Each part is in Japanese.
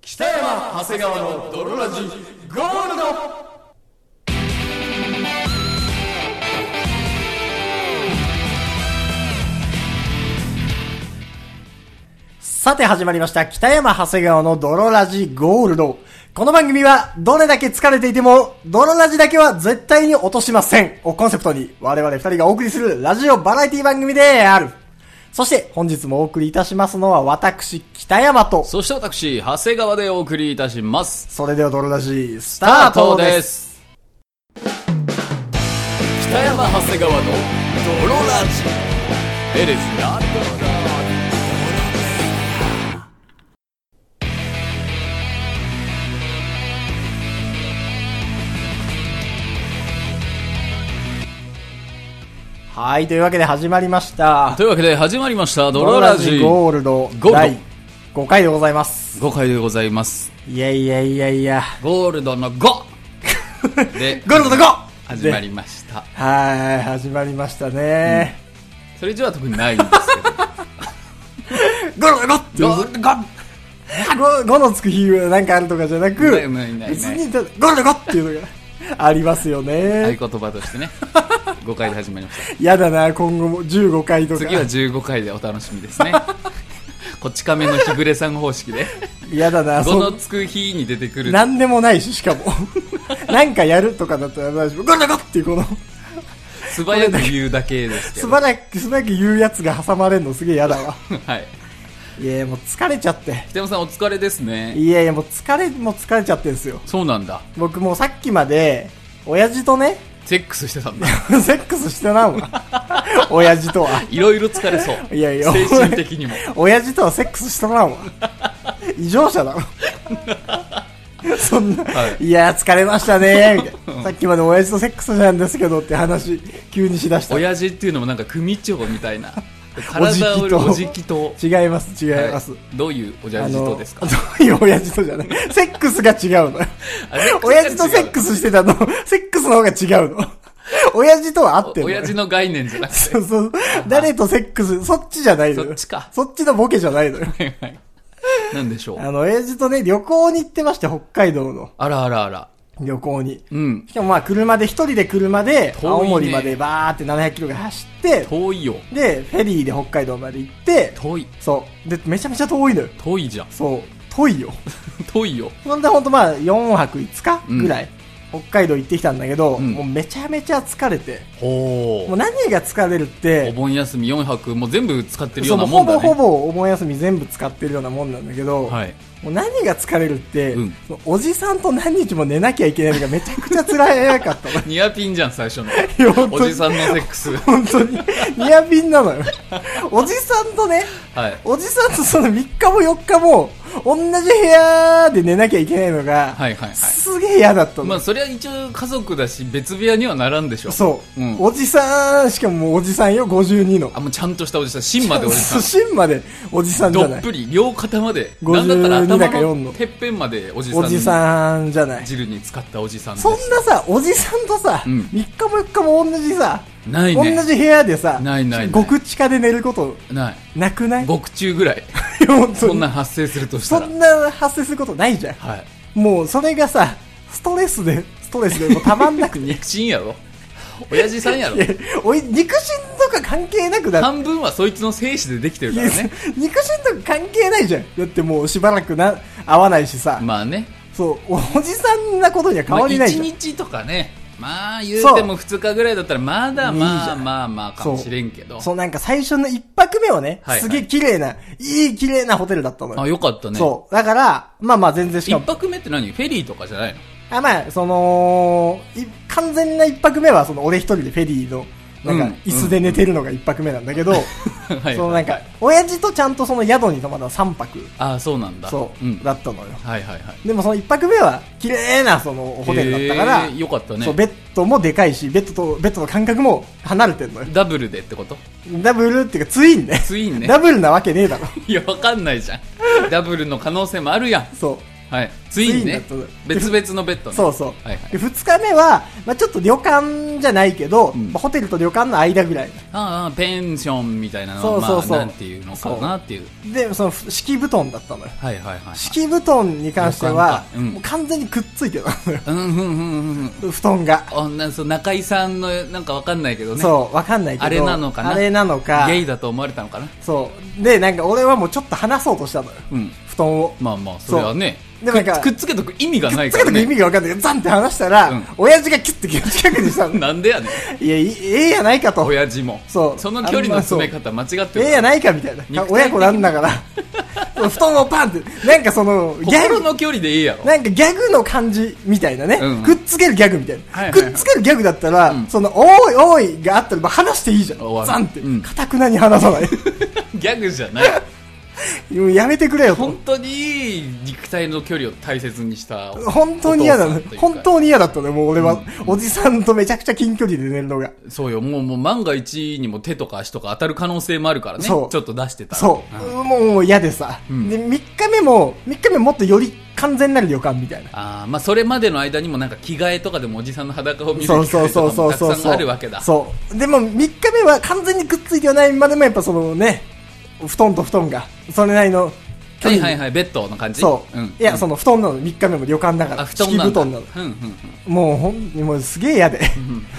山長谷川の泥ラジゴールドさて始まりました北山長谷川の泥ラジゴールド。この番組はどれだけ疲れていても泥ラジだけは絶対に落としませんをコンセプトに我々二人がお送りするラジオバラエティ番組である。そして本日もお送りいたしますのは私北山とそして私、長谷川でお送りいたします。それでは泥ラジススタターートトでです。す。北山長谷川の泥ラジ。エレスなはい、というわけで始まりました。というわけで始まりました、泥ラジ。ゴールドゴールド第5回でございます。 5回でございます。いやいやいやいや。ゴールドの 5! で、ゴールドの 5! 始まりました。はい、始まりましたね。それ以上は特にないんですゴールドの 5! けど。ゴールド 5! 5, 5のつく日がなんかあるとかじゃなく、ないないない別にただゴールドの 5! っていうのがありますよ合ね。言葉としてね。5回で始まりました。やだな、今後も15回とか。次は15回でお楽しみ ですね。こっち亀の日暮れさん方式で。やだな、 5そのう。つく日に出てくるなんでもないし、しかも。 なんかやるとかだったら大丈夫。ゴールドの 5! っていうこの。素早く言うだけですけ素ど、早く、素早く言うやつが挟まれるのすげえ嫌だわ。 はい、いやいやもう疲れちゃって。北山さんお疲れですねいやいやもう疲れ、もう疲れちゃってんすよ。そうなんだ僕もうさっきまで、親父とね、 セックスしてたんだセックスしてないわ。 親父とは。いろいろ疲れそう いやいや精神的にも親父とはセックスしてないわ。異常者だろ。 そんな、、はいやー疲れましたねみたいな。さっきまで親父とセックスしたんですけどって話、急にしだした。親父っていうのもなんか組長みたいなじきと体をおじきと違います、違います。はいどういうおじゃあじのとですかどういう親父とじゃない。セックスが違うのよ。あセックスが違 う親父とセックスしてたの、セックスの方が違うの。親父とは合ってんおのよ。親父の概念じゃなくてそうそう。誰とセックス、そっちじゃないのよ。そっちかそっちのボケじゃないのよ。はいはい なんでしょうあの、親父とね、旅行に行ってまして、北海道のあらあらあら旅行に。うんしかもまあ、車で、一人で車で遠、いね青森までバーって700キロが走って、遠いよで、フェリーで北海道まで行って、遠いそう。で、めちゃめちゃ遠いのよ。遠いじゃんそう。遠いよ。遠いよほんでほんとまあ4泊5う日んぐらい、北海道行ってきたんだけど、んもうめちゃめちゃ疲れて、ほもう何が疲れるっおて、盆休み4泊もう全部使ってるよそううもなうもほぼほんだねぼお盆休み全部使ってるようなもんなんだけど、はいもう何が疲れるって、うんそのおじさんと何日も寝なきゃいけないのがめちゃくちゃ辛いかったのニアピンじゃん最初のい や本当 おにじさんのセックス本当にニアピンなのよおじさんとねはいおじさんとその3日も4日も同じ部屋で寝なきゃいけないのが、はいはいはいすげえ嫌だったの、まあそれは一応家族だし別部屋にはならんでしょそう、うんおじさん、しかももうおじさんよ、52のあ。もうちゃんとしたおじさん芯までおじさん芯までおじさんじどゃなっい。ぷり両肩まで52なんだったらだか頭4ののてっぺんまでおじさんおじさんじゃない。汁に使ったおじさんですそんなさ、おじさんとさ、うん3日も4日も同じさ、ないね同じ部屋でさ、ないないない極地下で寝ることないなくない獄中ぐ らいいや本当にそんなん発生するとしたそらんな発生することないじゃん。はいもうそれがさ、ストレスで、ストレスでもうたまんなく て。肉親やろ親父さんやろいやおい肉親とか関係なくなって半分はそいつの精子でできてるからね肉親とか関係ないじゃん。だってもうしばらくな会わないしさ。まあねそう、おじさんなことには変わりないじゃん。まあ、1日とかねまあ言うても2日ぐらいだったらまだいいじまゃあんまあまあかもしれんけどそう、なんか最初の一泊目はね、はいはいすげえ綺麗な、いい綺麗なホテルだったのよ。あよかったねそう。だから、まあまあ全然し一かも、泊目って何フェリーとかじゃないのあまあ、その、い完全な一泊目は、その俺一人でフェリーの、なんうんか椅子で寝てるのが一泊目なんだけど、 はいそのなんか、親父とちゃんとその宿に泊まったの三泊、あそうなんだそう、ん、だったのよ。はいはいはいでもその一泊目は、綺麗なそのホテルだったから、へーよかったねそう、ベッドもでかいし、ベッドと、ベッドの間隔も離れてんのよ。ダブルでってことダブルっていうか、ツインね。ツインね ダブルなわけねえだろ。いやわかんないじゃんダブルの可能性もあるやんそう。はい。ツインねツインだと。別々のベッドねそうそう。はいはいで二日目は、まあちょっと旅館じゃないけど、うんまあホテルと旅館の間ぐらい。ああ、ペンションみたいなのそうは、そうそうまあ、なんていうのかなっていう。で、その、敷布団だったのよ。はいはいはい。敷布団に関しては旅館かうんもう完全にくっついてたのようんうんうんう ん。布団が。あなそう中井さんの、なんかわかんないけどね。そう、わかんないけど。あれなのかなあれなのか。ゲイだと思われたのかなそう。で、なんか俺はもうちょっと離そうとしたのよ。うん。布団を。まあまあ、それはね。そうでもなんかくっつけとく意味がないつかけらとく意ね。味がわかんないけど、ザンって離したら、うん親父がキュッて近くにしたの。なんでやねん。いや、いええやないかと。親父も。そうその距離の詰め方間違ってえる。えやないかみたいな肉体。的親子なんだから。そう布団をパンって。なんかその、ギャ心グ、の距離でいいやろ。なんかギャグの感じみたいなね。うんくっつけるギャグみたいな。はいはいはいくっつけるギャグだったら、うんその、おいおいがあったら、まあ、話していいじゃん終わ。るザンってうん。かたくなに話さ ない。ギャグじゃない。もうやめてくれよと本。当にいい肉体の距離を大切にした。本当に嫌だお父さねんという。か本当に嫌だったね、もう俺は。おじさんとめちゃくちゃ近距離で寝るのが。そうよ、もうもう万が一にも手とか足とか当たる可能性もあるからね。ちそょうっと出してたら。そう。んもうもう嫌でさ。うんで、3日目も、3日目もっとより完全なる旅館みたいな。あーまあ、それまでの間にもなんか着替えとかでもおじさんの裸を見る機そう会そうそうとかそもうたそうくさそんうあるわけだ。そうでも3日目は完全にくっついてはないまでもやっぱそのね布団と布団がそれなりの距はい離はいはい、ベッドの感じそう、ん、いやその布団なの3日目も旅館だからあ、布団なんだ。敷布団なのうんうんうん。もうほんもうすげえ嫌で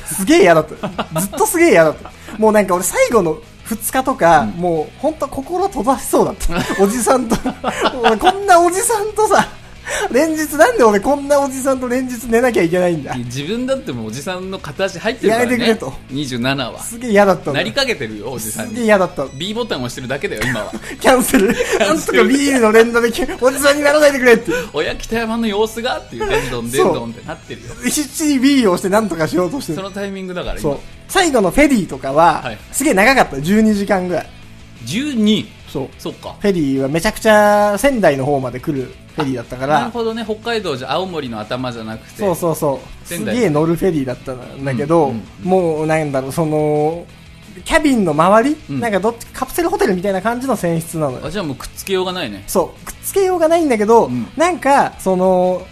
すげえ嫌だったずっとすげえ嫌だったもうなんか俺最後の2日とか、もう本当心閉ざしそうだったおじさんと 俺こんなおじさんとさ連日なんで俺こんなおじさんと連日寝なきゃいけないんだ自分だってもうおじさんの片足入ってるから、やね。めてくれと27は。すげえ嫌だったのなりかけてるよ、おじさんすげえに。嫌だったの B ボタン押してるだけだよ、今 は。キャンセル。なんとかビールの連打で、おじさんにならないでくれって。親北山の様子がっていう、でんどんでんどんってなってるよ。必死にビールをしてなんとかしようとしてそる。のタイミングだから、そ今う。。最後のフェリーとかは、はいすげえ長かった。12時間ぐらい。 12。そう。そっか。フェリーはめちゃくちゃ仙台の方まで来るフェリーだったかなるら、ほどね、北海道じゃ青森の頭じゃなくて。そうそうそう。す仙台げえ乗るフェリーだったんだけど、うんうんもうなんだろう、その、キャビンの周り、うんなんかどっちカプセルホテルみたいな感じの船室なのよあ。じゃあもうくっつけようがないね。そう、くっつけようがないんだけど、うんなんか、その、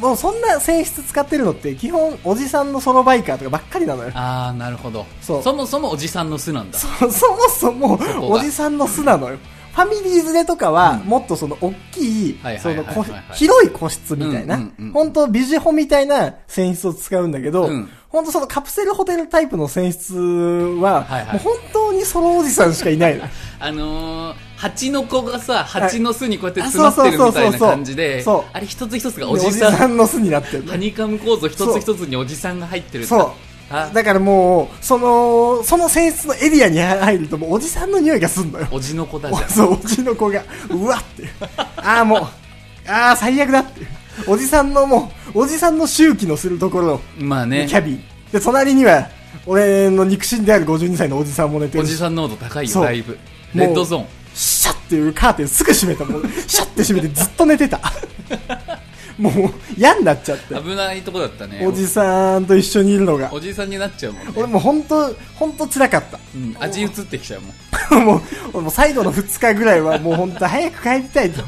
もうそんな性質使ってるのって基本おじさんのソロバイカーとかばっかりなのよ。ああ、なるほど。そうそもそもおじさんの巣なんだ。そそもそもこがおじさんの巣なのよ。ファミリー連れとかは、もっとその大きいはい、はそいはのいはいこ広い個室みたいなうんうんうん、本当ビジホみたいな船室を使うんだけどうん、本当そのカプセルホテルタイプの船室ははい、はもいう本当にソロおじさんしかいないのよ。あのー、蜂の子がさ、い蜂の巣にこうやって詰まってるみたいな感じでそうそうそうそう、あれ一つ一つがでお おじじさん。さんの巣になってるのハ。ニカム構造一つ一つにおじさんが入ってるんだそうあ だからもう、その、その選出のエリアに入ると、もうおじさんの匂いがすんのよ。おじの子だおじゃ ん。そう、おじの子が、うわっていう。ああ、もう、ああ、最悪だっていう。おじさんのもう、おじさんの周期のするところまあの、ねキ、ャビン。で、隣には、俺の肉親である52歳のおじさんも寝ておるじし、さん濃度高いそよ、うだいぶ。レッドゾーン。シャッっていうカーテンすぐ閉めたもん。シャッて閉めてずっと寝てた。 もう、嫌になっちゃって。危ないとこだったね。おじさんと一緒にいるのがお。じさんになっちゃうもんね。俺もう本当、本当辛かった。うん、味移ってきちゃうもん。 もう、俺もう最後の2日ぐらいはもう本当早く帰りたいと。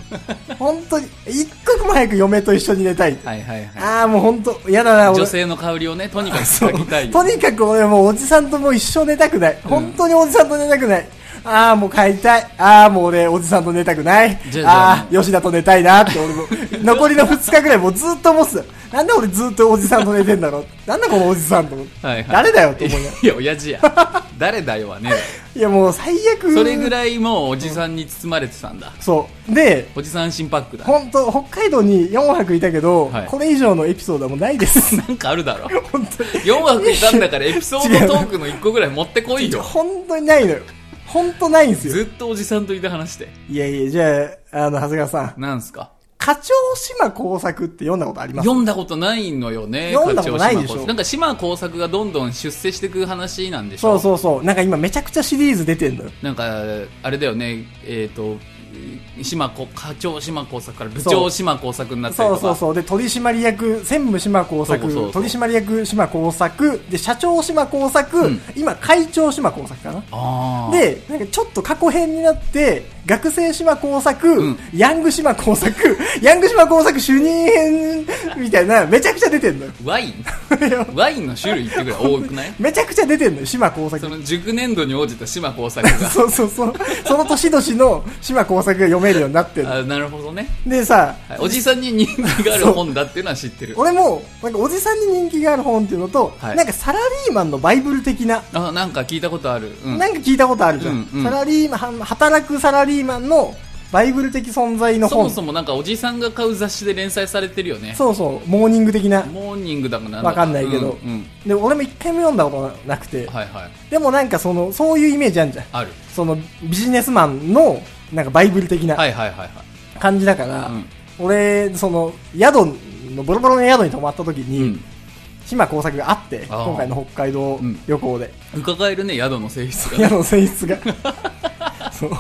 本当に、一刻も早く嫁と一緒に寝たいと。はいはいはああ、もう本当、嫌だな、い。俺。女性の香りをね、とにかくそう嗅ぎたいよ。とにかく俺もうおじさんともう一生寝たくない。本当におじさんと寝たくない。ああ、もう帰りたい。ああ、もう俺、おじさんと寝たくない。じゃあじゃあああー、吉田と寝たいなって、俺も。 残りの2日ぐらいもうずっと思ってた。なんで俺ずっとおじさんと寝てんだろう。なんだこのおじさんと思って。はいはい誰だよって思いながら。いや、親父や。誰だよはね。いや、もう最悪。それぐい。らいもうおじさんに包まれてたんだ。そう。で、おじさん新パックだ。本当北海道に4泊いたけど、はいこれ以上のエピソードはもうないです なんかあるだろ。本当に4枠いたんだからエピソードトークの1個ぐらい持ってこ いよ。本当にないのよ本当ないんですよずっとおじさんといて話して。いやいやじゃああの長谷川さんなんすか課長島工作って読んだことあります読んだことないのよね、読んだことないでしょ課長島耕作なんか島工作がどんどん出世していく話なんでしそょうそうそうなんか今めちゃくちゃシリーズ出てんのよなんか、あれだよね、えっ、と、島こ課長島工作から部長島工作になったりそとうか。そうそうで取締役専務島工作そうそうそう取締役島工作で社長島工作、ん今会長島工作かなあーでなんかちょっと過去編になって学生島工作、んヤング島工作、 ヤング島工作主任編みたいな、めちゃくちゃ出てんのよ。ワインいやワインの種類ってぐらい多くないめちゃくちゃ出てんのよ、島工作そ。の熟年度に応じた島耕作 がそうそうそう。その年々の島工作が読めるようになってんの。あなるほどね、でさ、はいおじさんに人気がある本だっていうのは知ってる俺も、なんかおじさんに人気がある本っていうのと、はいなんかサラリーマンのバイブル的な、あなんか聞いたことある、うん、なんか聞いたことあるじゃん。うんうんサラリーマン、働くサラリーマンのバイブル的存在のそ本。もそもなんかおじさんが買う雑誌で連載されてるよねそうそうモーニング的な。モーニングだかなんだわかんないけどうんで、俺も一回も読んだことなくてうん、はいはいでもなんかその、そういうイメージあるじゃん。あるその、ビジネスマンの、なんかバイブル的なはいはいはいはい感じだから、うん俺、その、宿の、ボロボロの宿に泊まった時うに、ん島耕作があって、あー今回の北海道うん旅行で、伺えるね宿の性質が宿の性 質が。そう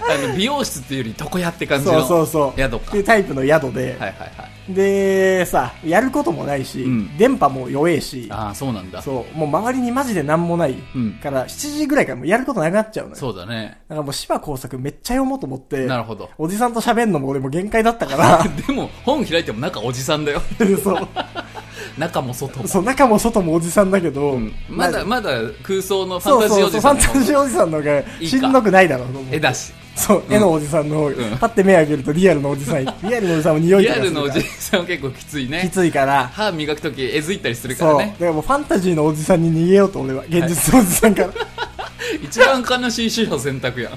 あの美容室っていうより床屋って感じそのうそうそう。宿かっていうタイプの宿で、はいはいはいで、さ、やることもないし、うん電波も弱えし、ああそうなんだそう、もう周りにマジで何もない。うんから、7時ぐらいからもうやることなくなっちゃうのよ。そうだねだからもう芝工作めっちゃ読もうと思って、なるほどおじさんと喋んのも俺も限界だったから、 でも本開いても中おじさんだよそ中も外もう、そう、中も外もおじさんだけど、うんまだままだ空想のあ、ファそうンタジーそうおそう、じフさァんンタジーおじさんの方がいいしかんどくないだろうと思っ絵て。だしそう、絵のおじさんの方うんが、パッて目上げるとリアルのおじ さん、リアルのおじさんも匂いリとかアすルるかのおらじさんは結構きついきねついから、歯磨く時えずいたりするかそう、らだねからもうファンタジーのおじさんに逃げようと俺は、現実のおじさんから。一番悲しい死の 選択やん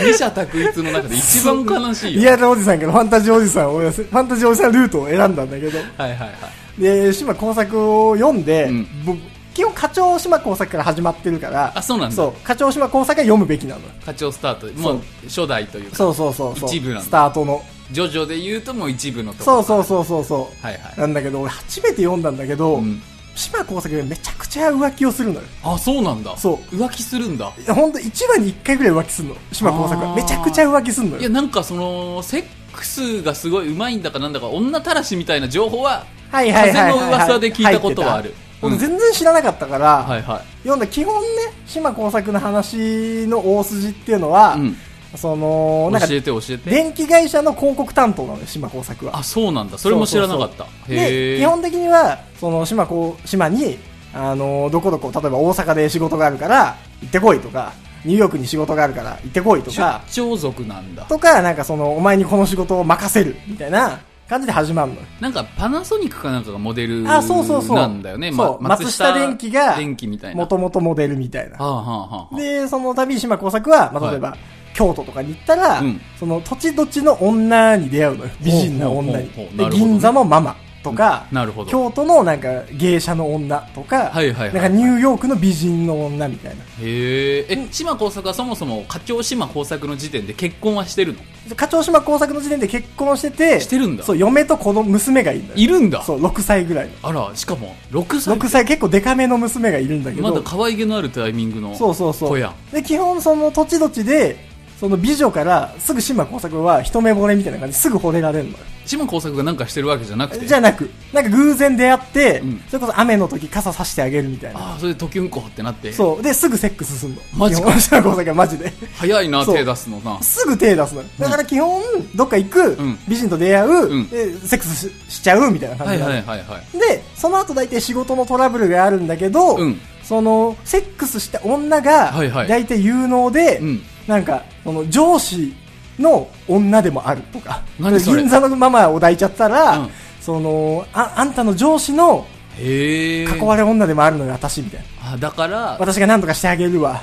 二者択一の中で一番悲しいよリアルおじさんからファンタジーおじさんを追い出せ、ファンタジーおじさんルートを選んだんだけど、はいはいはいで、島工作を読んで、うんぼ基本課長島工作から始まってるから、あそうなんだそう、課長島工作が読むべきなのよ。課長スタートもう初代というかそうそうそうそう。一部なんだスタートの。ジョジョで言うともう一部のとこそうそうそうそうそはいはう。いなんだけど、俺初めて読んだんだけど、うん島工作がめちゃくちゃ浮気をするのよ。あそうなんだそう浮気するんだいやほんと1話に1回ぐらい浮気するの。島工作あは。ーめちゃくちゃ浮気するのいやよ。なんかそのセックスがすごい上手いんだかなんだか女たらしみたいな情報ははいはいはいは風い、の噂で聞いたことはあ入るってた。うほんんと全然知らなかったから、はいは読んだ基本ね、島工作の話の大筋っていうのは、いうんその、なん教かえて教えて電気会社の広告担当なのよ、島工作はあ。そうなんだそれも知らなかったで、へ基え本的には、その島こう、島に、あの、どこどこ、例えば大阪で仕事があるから、行ってこいとか、ニューヨークに仕事があるから、行ってこいと出か、張族なんだとか、なんかその、お前にこの仕事を任せる、みたいな感じで始まるのよ。なんかパナソニックかなんかがモデルあそうそうそうなんだよねそう松下電器が電気みたいなもともとモデルみたいはな。あはあはあはで、その度、島工作は、まあ、例えば、京都とかに行ったら、うんその土地土地の女に出会うのよ。美人な女に。ほうほうほうほうで、なるほどね銀座のママとか、あなるほど京都のなんか芸者の女とか、はいはいはいなんかニューヨークの美人の女みたいな。へーえ島耕作はそもそも課長島耕作の時点で結婚はしてるの課長島工作の時点で結婚してて、してるんだそう、嫁と子の娘がいるんだよ。いるんだそう、6歳ぐらいの。あらしかも6歳6歳結構デカめの娘がいるんだけど、まだ可愛げのあるタイミングのそうそうそ子うやん。で、基本その土地土地で、その美女からすぐ島工作は一目惚れみたいな感じですぐ惚れられるのよ。島耕作がなんかしてるわけじゃなくてじゃなく、なんか偶然出会って、うんそれこそ雨の時傘さしてあげるみたいな。ああそれで時キュンコってなってそう。で、すぐセックスすんの。マジか基本 島工作はマジで。早いなそう手出すのなすぐ手出すのよ。だから基本、どっか行く、ん美人と出会う、うんでセックスししちゃうみたいな感はじいなのはいはいはいで、その後大体仕事のトラブルがあるんだけど、うんその、セックスした女がはいは、い大体有能で、うんなんか、その上司の女でもあるとか、何それ銀座のママを抱いちゃったら、うんそのあ、あんたの上司のへえ囲われ女でもあるのよ、私みたいな。あだから私が何とかしてあげるわ。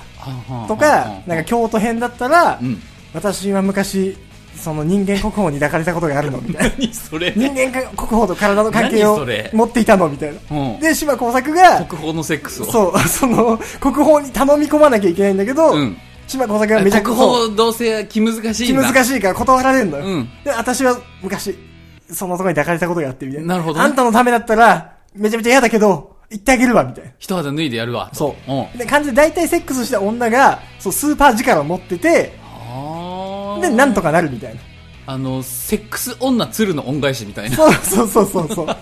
とか、なんか京都編だったら、うん私は昔、その人間国宝に抱かれたことがあるの、み たいな。何それ人間国宝と体の関係何をそれ持っていたの、みたいな。うんで、島耕作が国、宝のセックスをそう、 その、国宝に頼み込まなきゃいけないんだけど、うん島耕作が国めちゃくちゃそう宝どうせ気難しい気んだ難しいから断られるのよ。うんで、私は昔、その男に抱かれたことがあって、みたいな。なるほどねあんたのためだったら、めちゃめちゃ嫌だけど、言ってあげるわ、みたいな。一肌脱いでやるわとそうんう。で、感じで大体セックスした女が、そう、スーパー力を持ってて、あーで、なんとかなるみたいな。あのセックス女鶴の恩返しみたいなそうそうそうそうそう。だ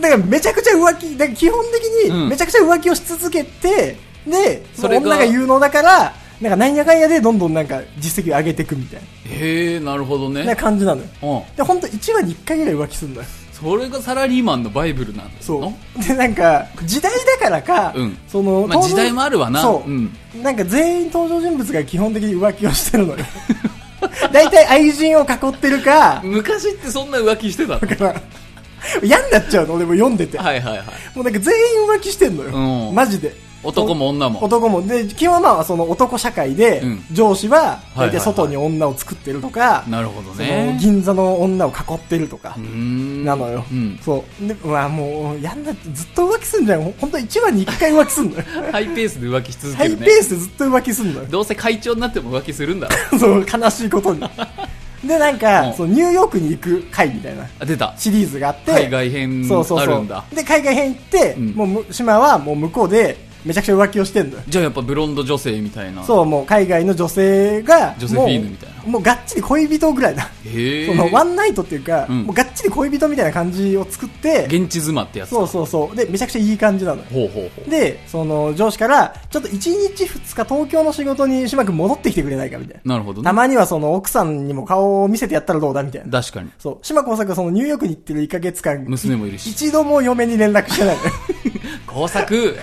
からめちゃくちゃ浮気、だから基本的うにんめちゃくちゃ浮気をし続けて、で、そそのれが女が有能だから、なんか、なんやかんやでどんどんなんか、実績を上げていくみたいへえなるほどな、なね感じなのよ。うんで、ほんと1話に1回ぐらい浮気するんだよ。それがサラリーマンのバイブルなんですそのう。 で、なんか、時代だからか、うんその、まあ登場時代もあるわなそう、うんなんか全員登場人物が基本的に浮気をして るのよ。大体愛人を囲ってるか、昔ってそんな浮気し てたのだから嫌になっちゃうの、俺も読んでて。はいはいはいもうなんか全員浮気してんのよ。うんマジで。男も女も男も。で、基本はまあその男社会で、うん上司ははい大はいは体い外に女を作ってるとか、なるほどそねの銀座の女を囲ってるとか、ななのよ。うん、そう。で、うわ、もう、やんだってずっと浮気すんじゃん。ほんと1話に1回浮気すん のよ。ハイペースで浮気し続ハけイるペねースでずっと浮気すんの よ。どうせ会長になっても浮気するんだろそう、悲しいことに。で、なんうか、んそのニューヨークに行く回みたいなあ出たシリーズがあって、海外編そうそうあそるんだう。で、海外編行って、うんもうむ、島はもう向こうで、めちゃくちゃ浮気をしてんのよ。じゃあやっぱブロンド女性みたいなそう、もう海外の女性が、ジョセフィーヌみたいなもう、もうがっちり恋人ぐらいだ。へそのワえンナイトっていうか、うんもうがっちり恋人みたいな感じを作って、現地妻ってやつそうそうそう。で、めちゃくちゃいい感じなのよ。ほうほうほうで、その上司から、ちょっと1日2日東京の仕事に島君戻ってきてくれないかみたいな。なるほどたねまにはその奥さんにも顔を見せてやったらどうだみたいな。確かにそう。島耕作はそのニューヨークに行ってる1ヶ月間。娘もいるし一度も嫁に連絡して ない。工作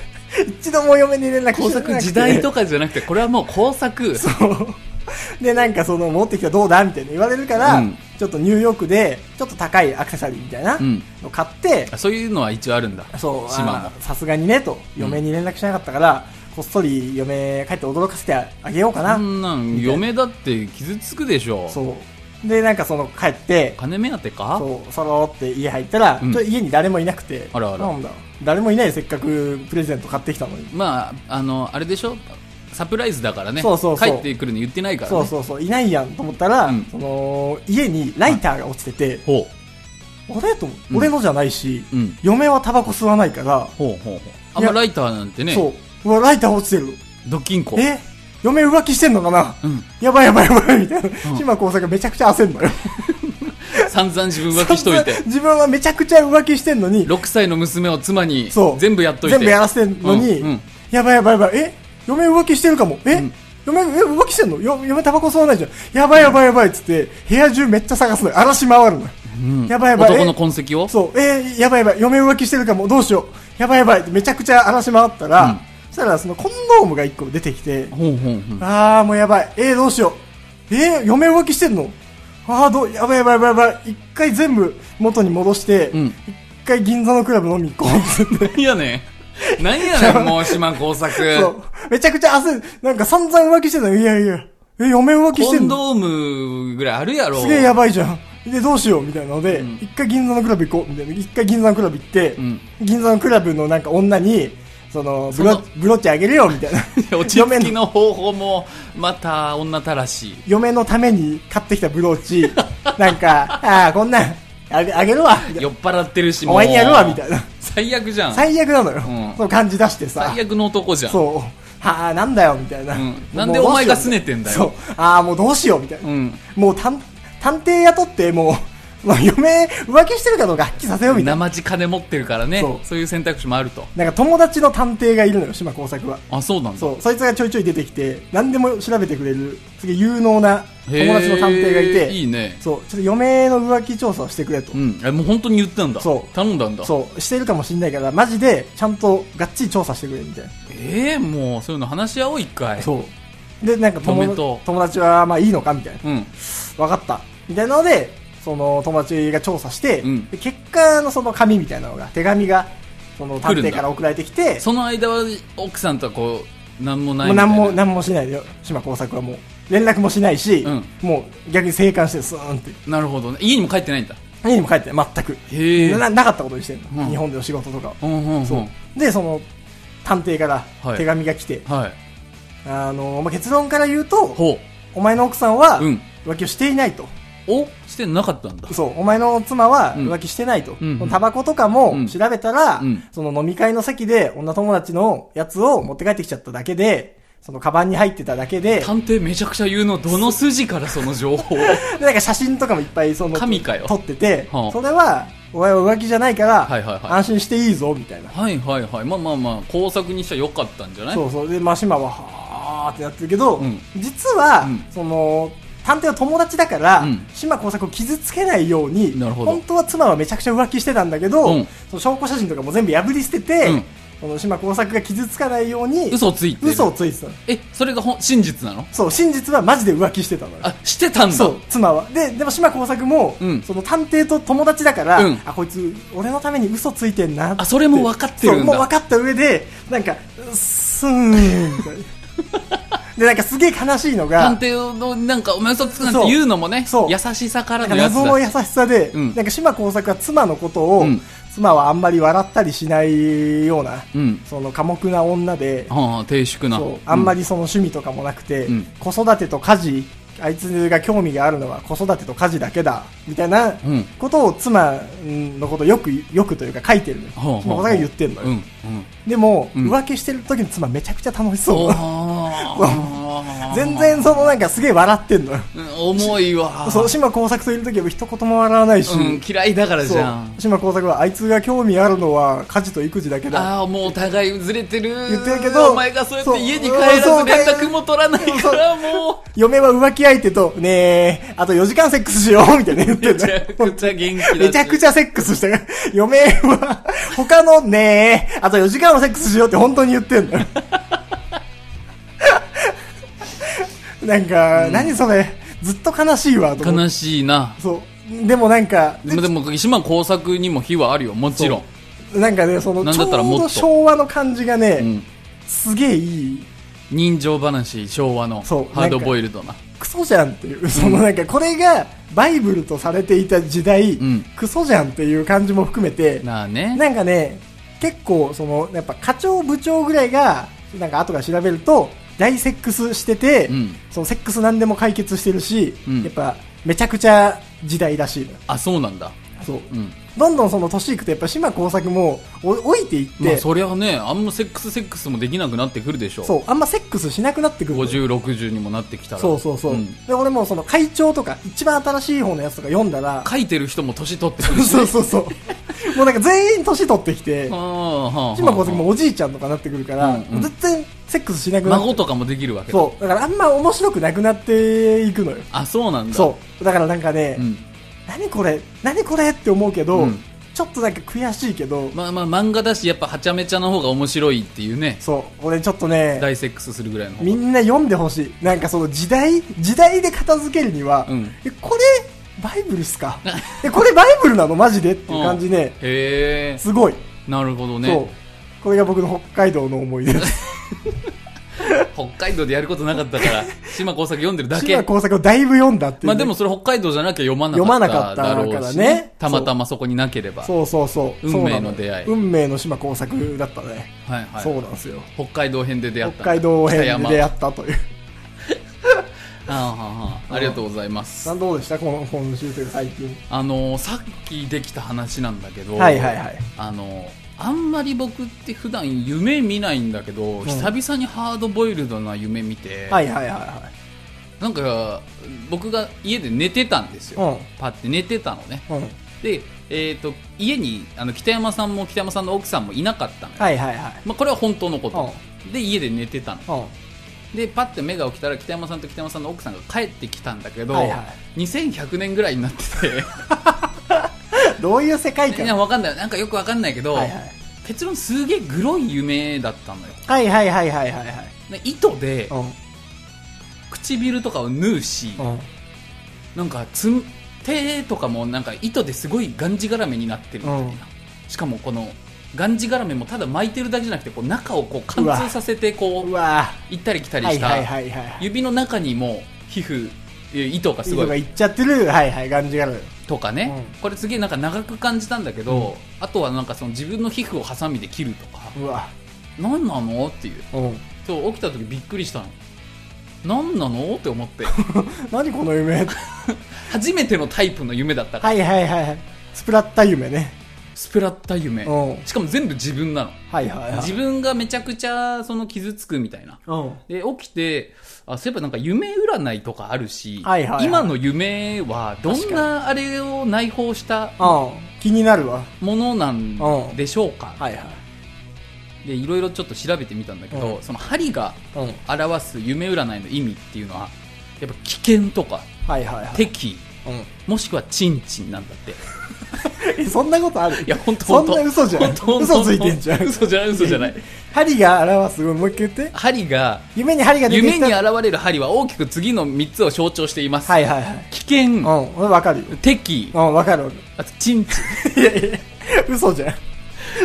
一度も嫁に連絡してな工い。作時代とかじゃなくてこれはもう工作そう。 で、なんかその、戻ってきたらどうだみたいな言われるから、うんちょっとニューヨークで、ちょっと高いアクセサリーみたいなうんの買って、あそういうのは一応あるんだそう、島もあさすがにね、と、嫁に連絡しなかったから、こっそり嫁帰って驚かせてあげようかな。そんなん嫁だって傷つくでしょそう。で、なんかその、帰って、金目当てかそう、そろって家入ったら、うんちょ家に誰もいなくて、あらあらなんだ誰もいないよせっかくプレゼント買ってきたのに。まああのあれでしょサプライズだからねそうそうそう帰ってくるの言ってないから、ね、そうそうそう、いないやんと思ったら、うんその、家にライターが落ちてて、ほあれと思ううん俺のじゃないし、う、うん、嫁はタバコ吸わないから、ほうほうほうあいんやまライターなんてねそう、うわ、ライター落ちてるの。ドッキンコえ嫁浮気してんのかなうん、やばいやばいやばいみたいな。島耕作がめちゃくちゃ焦んのよ。散々自 分浮気しといて自分はめちゃくちゃ浮気してんのに、 6歳の娘を妻にそう全部やっといて全部やらせてんのに、うんうんやばいやばいやばい、え嫁浮気してるかも、え、うん嫁え浮気してんのよ嫁タバコ吸わないじゃん。やばいやばいやばいっつって、部屋中めっちゃ探すのよ。荒らし回るのよ。うんやばいやばい男の痕跡をそう、えーやばいやばい、嫁浮気してるかも、どうしよう。やばいやばいってめちゃくちゃ荒らし回ったら、うんそしたらそのコンドームが1個出てきて、ほうほう ほうあーもうやばい。えー、どうしよう。えー、嫁浮気してんのあーどう、やばいやばいやばいやばい。一回全部元に戻して、うん一回銀座のクラブ飲み行こうって言って。何やねん何やねんもう島工作そう。めちゃくちゃ焦る。なんか散々浮気してたの。いやいや。え、嫁浮気しコてんンのドームぐらいあるやろすげえやばいじゃん。で、どうしようみたいなので、ん一回銀座のクラブ行こうみたいな。一回銀座のクラブ行って、うん銀座のクラブのなんか女に、その、ブロその、。ブロッチあげるよみたいな 落ち着きの方法もまた女たらし嫁のために買ってきたブローチ、なんか、ああ、こんなん、あげあげるわ。みたいな酔っ払ってるしお前にやるわ、みいたいな。最悪じゃん最悪なのよ。うんその感じ出してさ最。悪の男じゃんそう。はあ、なんだよ、みたいな。うんもうなんどでうしようお前が拗ねてんだよそう。ああ、もうどうしよう、みたいな。うん もう探探偵雇って、もう、 まあ、嫁浮気してるかどうかはっきりさせよう、みたいな。生地金持ってるからねそそうういう選択肢もあるとなんか友達の探偵がいるのよ、島耕作は。あそうなんだそう、そいつがちょいちょい出てきて、何でも調べてくれる、すげえ有能なへー友達の探偵がいて、いいねそう、ちょっと嫁の浮気調査をしてくれとう。んえもう本当に言ったんだそう頼んだんだそう、してるかもしんないから、マジで、ちゃんとがっちり調査してくれ、みたいな。ええもうそういうの話し合おう一回そう。で、なんか友おめでとう友達は、まあいいのかみたいな。うんわかった。みたいなので、その友達が調査して、うんで結果のその紙みたいなのが、手紙が、その探来るん偵だから送られてきて、その間は奥さんとはこう何もないもうみたい何なも、何もしないでよ。島耕作はもう。連絡もしないし、うんもう逆に生還して、スーンって。なるほどね家にも帰ってないんだ家にも帰ってない、全く。へえななかったことにしてんの、うん日本での仕事とかをうんうんうんそうで、その、探偵からはい手紙が来て、はいあの、まあ、結論から言うと、ほお前の奥さんはううん浮気をしていないと。おしてなかったんだそう、お前の妻はうん浮気してないと。うんそのタバコとかうもん調べたら、うんその飲み会の席で女友達のやつを持って帰ってきちゃっただけで、そのカバンに入ってただけで、探偵めちゃくちゃ言うのどの筋からその情 報をでなんか写真とかもいっぱいその、神かよ撮ってて、はあそれは、お前は浮気じゃないから、はいはいはい安心していいぞ、みたいな。はいはいはいまあまあまあ工作にしちゃよかったんじゃないそうそう。で、まあ、島は、はーってなってるけど、うん実は、うんその、探偵は友達だから、うん島耕作を傷つけないように、なるほど本当は妻はめちゃくちゃ浮気してたんだけど、うんその証拠写真とかも全部破り捨てて、うんその島耕作が傷つかないように、嘘をついてる嘘をついてたのえそれがほん真実なのそう、真実はマジで浮気してたのよ。あしてたんだそう、妻は。で、でも島耕作も、うんその探偵と友達だから、うんあ、こいつ、俺のために嘘ついてんなってあそれも分かってるんだそうもう分かった上で、なんか、すーん、みたいな。で、なんかすげえ悲しいのが探、偵のなんかお前嘘つくなんて言うのもねそう優しさかならんかのやつ謎のだ優ししさで、うんなんか島耕作は妻のことを、うん妻はあんまり笑ったりしないような、うんその寡黙な女で、はあ低粛なそうあんまりりその趣味とかもなくて、うん子育てと家事あいつが興味があるのは子育てと家事だけだみたいなうんことを妻のことをよくよくというか書いてるのよ、はあはあ妻が言ってるのうよ、んうんでも、うん浮気してる時の妻めちゃくちゃ楽し おそうー全然そのなんかすげえ笑ってんのようん重いわそう島耕作といる時は一言も笑わないし、うん嫌いだからそじうゃん島耕作はあいつが興味あるのは家事と育児だけだああもうお互いずれてる言ってるけどお前がそうやっそうて家に帰らずそう連絡も取らないからも嫁は浮気相手と、ねえ、あと4時間セックスしようみたいな言っうてめんちのゃよくちゃ元気だしめちゃくちゃセックスして る。嫁は、他のねえ、あと4時間はセックスしようって本当に言ってんのよ。 なんか、何それ、ずっと悲しいわ、と思って悲しいなそう。でもなんか、でもでも島耕作にも火はあるよもちろんなんかね、その、なんちだょっうたらもっとど昭和の感じがね、うんすげえいい。人情話昭和のそうハードボイルドなクソじゃんっていう、そのなんかこれがバイブルとされていた時代、うんクソじゃんっていう感じも含めて、なあねなんかね、結構、その、やっぱ課長部長ぐらいが、なんか後から調べると、大セックスしてて、うんそのセックス何でも解決してるし、うんやっぱめちゃくちゃ時代らしいのよあそうなんだそう。うんどんどんその年いくとやっぱ島耕作もお老いていって、まあそそりゃねあんまセックスセックスもできなくなってくるでしょう、あんまセックスしなくなってくるのよ5060にもなってきたらそうそうそう。んで、俺もその会長とか、一番新しい方のやつとか読んだら、書いてる人も年取ってくる しそうそうそう。もうなんか全員年取ってきて は、あはあはあ島耕作もおじいちゃんとかなってくるから、うんうん絶対セックスしなくなって孫とかもできるわけだそう。だからあんま面白くなくなっていくのよ。あそうなんだそう。だからなんかね、ん何これ、何これって思うけど、うんちょっとなんか悔しいけど、まあまあ漫画だしやっぱはちゃめちゃの方が面白いっていうねそう。俺ちょっとね、大セックスするぐらいの方みがんな読んでほしい。なんかその時代、時代で片付けるには、うんえこれ、バイブルっすか え、これバイブルなのマジでっていう感じで、へえすごい、なるほどそうね。これが僕の北海道の思い出です。北海道でやることなかったから 島耕作読ん でるだけ島工作をだいぶ読んだっていうね、まあでもそれ北海道じゃなきゃ読まな読まなかかっったただろうからし、ねたまたまそこになければ。そうそうそう。運命のそうなよ出会い運命の島工作だったね。はいはい、そうなんですよ。北海道編で出会ったんだ北海道北編山で出会ったという。ああはあはあありがとうございますさあどうでしたこの今週というか最近。あのーさっきできた話なんだけど、はいはいはいあのーあんまり僕って普段夢見ないんだけど、ん久々にハードボイルドな夢見て、はいはいはなんか僕が家で寝てたんですうよ、んパって寝てたのねいはい。うん。で、えー、と家にあの北山さんも北山さんの奥さんもいなかったのよ、はいはいはい。まあ、これは本当のこと、で家で寝てたのでパッて目が起きたら北山さんと北山さんの奥さんが帰ってきたんだけど、はいは2100年ぐらいになってうん。 どういう世界てい観やわかんないなんかよくわかんないけど、はいはい。結論すげえグロい夢だったのよはいはいはいはいはいはい。で糸でうん。唇とかを縫うし、うん。なんかつん手とかもなんか糸ですごいがんじがらめになってるみたいな、うんしかもこのがんじがらめもただ巻いてるだけじゃなくてこう中をこう貫通させてこううわ行ったり来たぁ。りはいした、はいはいはい。指の中にも皮膚え糸がすご人いが行っちゃってる、はいはい、感じがある。とかね、これすげえなんか長く感じたんだけど、あとはなんかその自分の皮膚をハサミで切るとか、うわなん、何なのっていううん。 そう起きた時びっくりしたの何なのって思って何この夢 初めてのタイプの夢だったから、はいはいはいはい。スプラッタ夢ね。スプラッタ夢、うんしかも全部自分なのはいはいはい。自分がめちゃくちゃその傷つくみたいなうん。で起きてあそういえばなんか夢占いとかあるし、はいはいはい今の夢はどんなあれを内包したうん。気になるわ。ものなんでしょうか、はいはい。でいろいろちょっと調べてみたんだけど、うんその針がうん。表す夢占いの意味っていうのはやっぱ危険とかはいはいはい。敵うんもしくはチンチンなんだって え。いそんなことあるや本当そんな嘘じゃん本当本当嘘ついてんじゃん嘘じゃない嘘じゃない 針が表す。もう一回言って。針が夢に針が出て夢きた。に現れる針は大きく次の3つを象徴しています、はいはいはい。危険、うん。俺わかるよ。敵うん、わかるわかあと チンチンる。いやいや、嘘じゃん。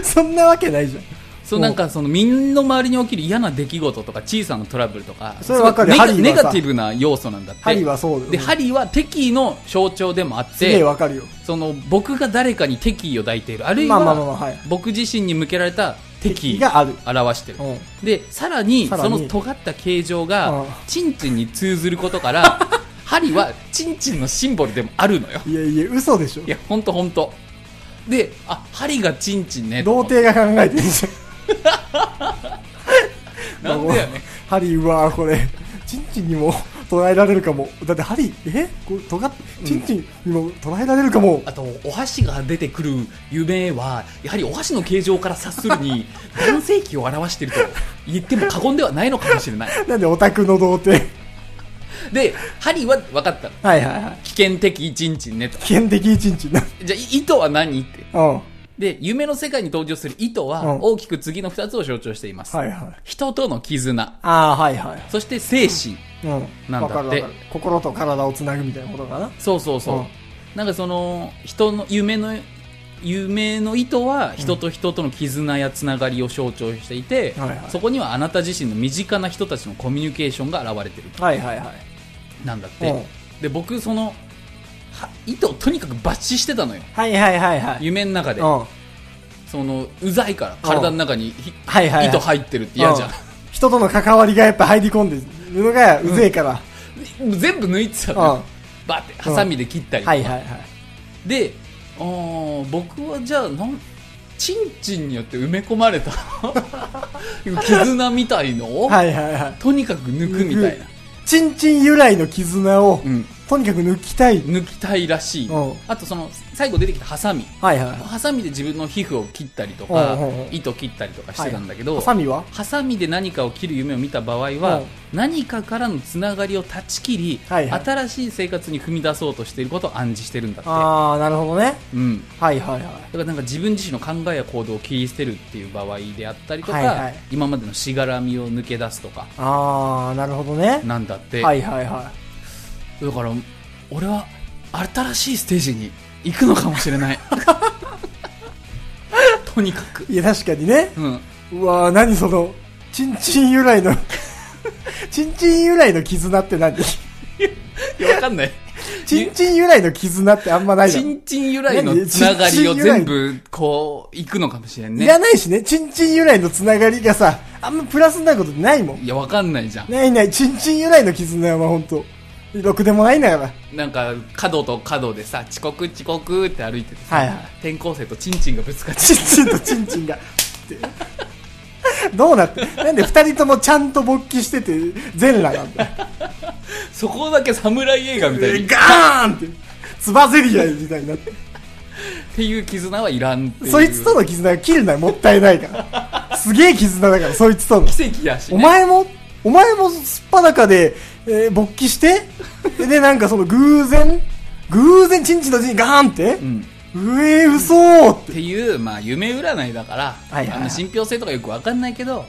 そんなわけないじゃん。そうなんかその身の周りに起きる嫌な出来事とか小さなトラブルとかそれわかるそう針はさネガネガティブな要素なんだって針はそうだよで針は敵意の象徴でもあっすげえてわかるよ。その僕が誰かに敵意を抱いているあるいまあまあまあまあははい僕自身に向けられた敵意がある。を表してるうん。でさらにさらそにの尖った形状うがんチンチンに通ずることから 針はチンチンのシンボルでもあるのよいやいや、嘘でしょい。やほんとほんとであ針がチンチンねと童思って貞が考えてるじゃん。なんでやねんハリーはこれ、チンチンにも捉えられるかも。だってハリー、えこれ、とが、チンチンにも捉えられるかも。あとお箸が出てくる夢はやはりお箸の形状から察する に男性器を表していると言っても過言ではないのかもしれないなんでオタクの童貞。で針は分かったはいはいはい。危険的チンチンねと危険的チンチンな。じゃあ意図は何ってうん。はで夢の世界に登場する意図うはん大きく次の2つを象徴しています、いはい。人との絆ああ、はいはい。そして精神、うん。なんだってわかるわかる心と体をつなぐみたいなことかな。そうそうそう、うんなんかその人の夢の夢の意図は人と人との絆やつながりを象徴していて、はいはいそこにはあなた自身の身近な人たちのコミュニケーションが現れてるはいはいはい。なんだって、うんで僕そのは意図をとにかく抜歯してたのよはいはいはいはい。夢の中で、うん。はいそのうざいから体の中にひ、はいはい。糸入ってるって嫌じゃんう、人との関わりがやっぱ入り込んでるのがうぜえから。 全部抜いてたうのん。よ、バーってハサミで切ったりとか、はいはいはい。であー僕はじゃあなんチンチンによって埋め込ま れた絆みたいのを、はいはいはい。とにかく抜くみたいな、チンチン由来の絆を、うん、とにかく抜きたい。抜きたいらしいうんあとその最後出てきたハサミはいはいはい。ハサミで自分の皮膚を切ったりとかうんうんうん糸切ったりとかしてたんだけど、ハサミはハサミで何かを切る夢を見た場合は、うん何かからのつながりを断ち切り、はいはい新しい生活に踏み出そうとしていることを暗示してるんだっあー、なるほどね。て、うん、はいはいはい。だからなんか自分自身の考えや行動を切り捨てるっていう場合であったりとか、はいはい今までのしがらみを抜け出すとかあー、なるほどね。なんだって、はいはいはだから俺は新しいステージに行くのかもしれない とにかく、い。いや、確かにね。うん、うわー、何その、チンチン由来の、 チンチン由来の絆って何いやわかんないチンチン由来の絆ってあんまないだチろ。ンチン由来のつながりを全部こう行くのかもしれんいねらないしね、チンチン由来のつながりがさ、あんまプラスになることってないもん。いやわかんないじゃんないない、チンチン由来の絆はほんと、ろくでもないんだから。なんか角と角でさ遅刻遅刻って歩いててさ、はいはい転校生とチンチンがぶつかってチンチンとチンチンが。ってどうなってなんで二人ともちゃんと勃起してて全裸なんだよそこだけ侍映画みたいにガーンってつばぜり合いみたいになってっていう絆はいらんっていうそいつとの絆が切るのはもったいないからすげえ絆だからそいつとの奇跡やし、ね、お前もお前もすっぱだかで、えー勃起 してでなんかその偶然偶然チンチンとチンチンガーンって、うん、っうえー嘘ーって、ていう、まあ、夢占いだから、はいはいはいあの信憑性とかよくわかんないけど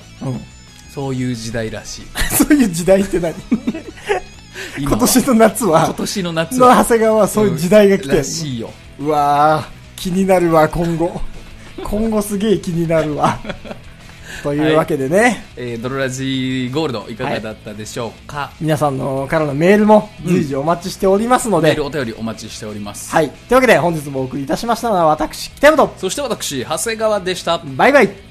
そういう時代らしい そういう時代って何今は今年の夏は今年の夏の長谷川はそういう時代が来てうんるらしいようわー気になるわ今後今後すげえ気になるわ というわけでね、えー、ドロラジーゴールドいかがだったでしょうか、皆さんのからのメールも随時お待ちしておりますのメで、ールお便りお待ちしております、はいというわけで本日もお送りいたしましたのは私北山とそして私長谷川でしたバイバイ